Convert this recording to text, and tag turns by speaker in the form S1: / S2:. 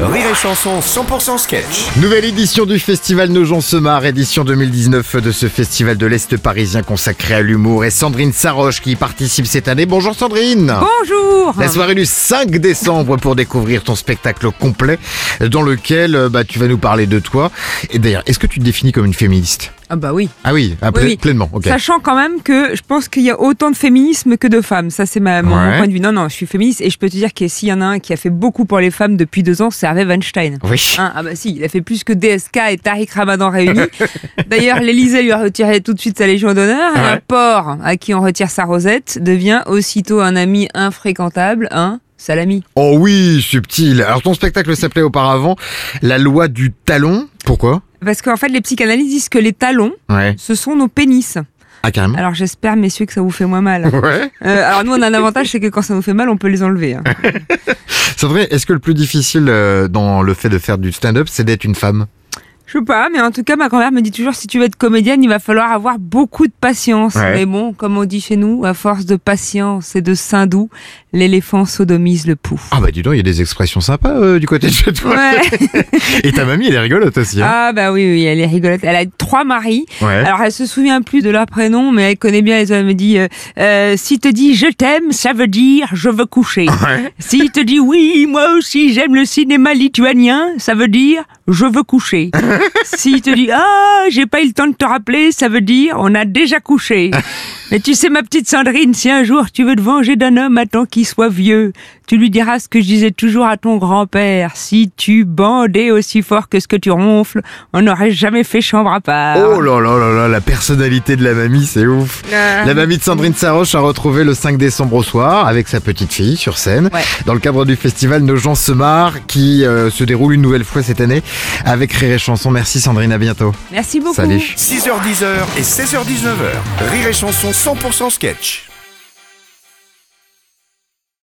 S1: Rire et Chanson 100% sketch.
S2: Nouvelle édition du Festival Nogent-Semar, édition 2019 de ce festival de l'Est parisien consacré à l'humour et Sandrine Saroche qui y participe cette année. Bonjour Sandrine
S3: Bonjour
S2: La soirée du 5 décembre pour découvrir ton spectacle complet dans lequel euh, bah, tu vas nous parler de toi. Et d'ailleurs, est-ce que tu te définis comme une féministe
S3: Ah bah oui.
S2: Ah oui, ah,
S3: Oui,
S2: ple-
S3: oui.
S2: pleinement, ok.
S3: Sachant quand même que je pense qu'il y a autant de féminisme que de femmes. Ça, c'est ma, mon, mon
S2: Ouais.
S3: point de vue. Non, non, je suis féministe et je peux te dire que s'il y en a un qui a fait beaucoup pour les femmes depuis deux ans, c'est Harvey Weinstein.
S2: Oui.
S3: Hein, ah bah si, il a fait plus que DSK et Tariq Ramadan réunis. D'ailleurs, l'Elysée lui a retiré tout de suite sa Légion d'honneur. Et Un
S2: Ouais.
S3: porc à qui on retire sa rosette devient aussitôt un ami infréquentable, hein, salami.
S2: Oh oui, subtil. Alors ton spectacle s'appelait auparavant La loi du talon. Pourquoi
S3: Parce qu'en fait, les psychanalystes disent que les talons,
S2: Ouais.
S3: ce sont nos pénis.
S2: Ah carrément.
S3: Alors j'espère, messieurs, que ça vous fait moins mal.
S2: Ouais.
S3: Euh, alors nous, on a un avantage, c'est que quand ça nous fait mal, on peut les enlever. hein.
S2: C'est vrai, est-ce que le plus difficile euh, dans le fait de faire du stand-up, c'est d'être une femme
S3: Je sais pas, mais en tout cas, ma grand-mère me dit toujours, si tu veux être comédienne, il va falloir avoir beaucoup de patience.
S2: Ouais.
S3: Mais bon, comme on dit chez nous, à force de patience et de sein doux, l'éléphant sodomise le pouls.
S2: Ah bah dis donc, il y a des expressions sympas euh, du côté de chez toi.
S3: Ouais.
S2: Et ta mamie, elle est rigolote aussi. hein.
S3: ah bah oui, oui, elle est rigolote. Elle a trois maris.
S2: ouais.
S3: Alors elle se souvient plus de leur prénom, mais elle connaît bien les hommes. Elle me dit, euh, euh, si te dit je t'aime, ça veut dire je veux coucher.
S2: Ouais.
S3: S'il te dit oui, moi aussi j'aime le cinéma lituanien, ça veut dire je veux coucher. S'il te dit ah, j'ai pas eu le temps de te rappeler, ça veut dire on a déjà couché. Mais tu sais, ma petite Sandrine, si un jour tu veux te venger d'un homme, attends qu'il soit vieux. Tu lui diras ce que je disais toujours à ton grand-père. Si tu bandais aussi fort que ce que tu ronfles, on n'aurait jamais fait chambre à part.
S2: Oh là là là là, la personnalité de la mamie, c'est ouf.
S3: Euh,
S2: La mamie de Sandrine Saroche a retrouvé le 5 décembre au soir avec sa petite fille sur scène
S3: Ouais.
S2: dans le cadre du festival Nos gens se marrent qui euh, se déroule une nouvelle fois cette année avec Rire et Chanson. Merci Sandrine, à bientôt.
S3: Merci beaucoup.
S2: Salut.
S1: 6h10 et 16h19h. Rire et Chanson 100% sketch.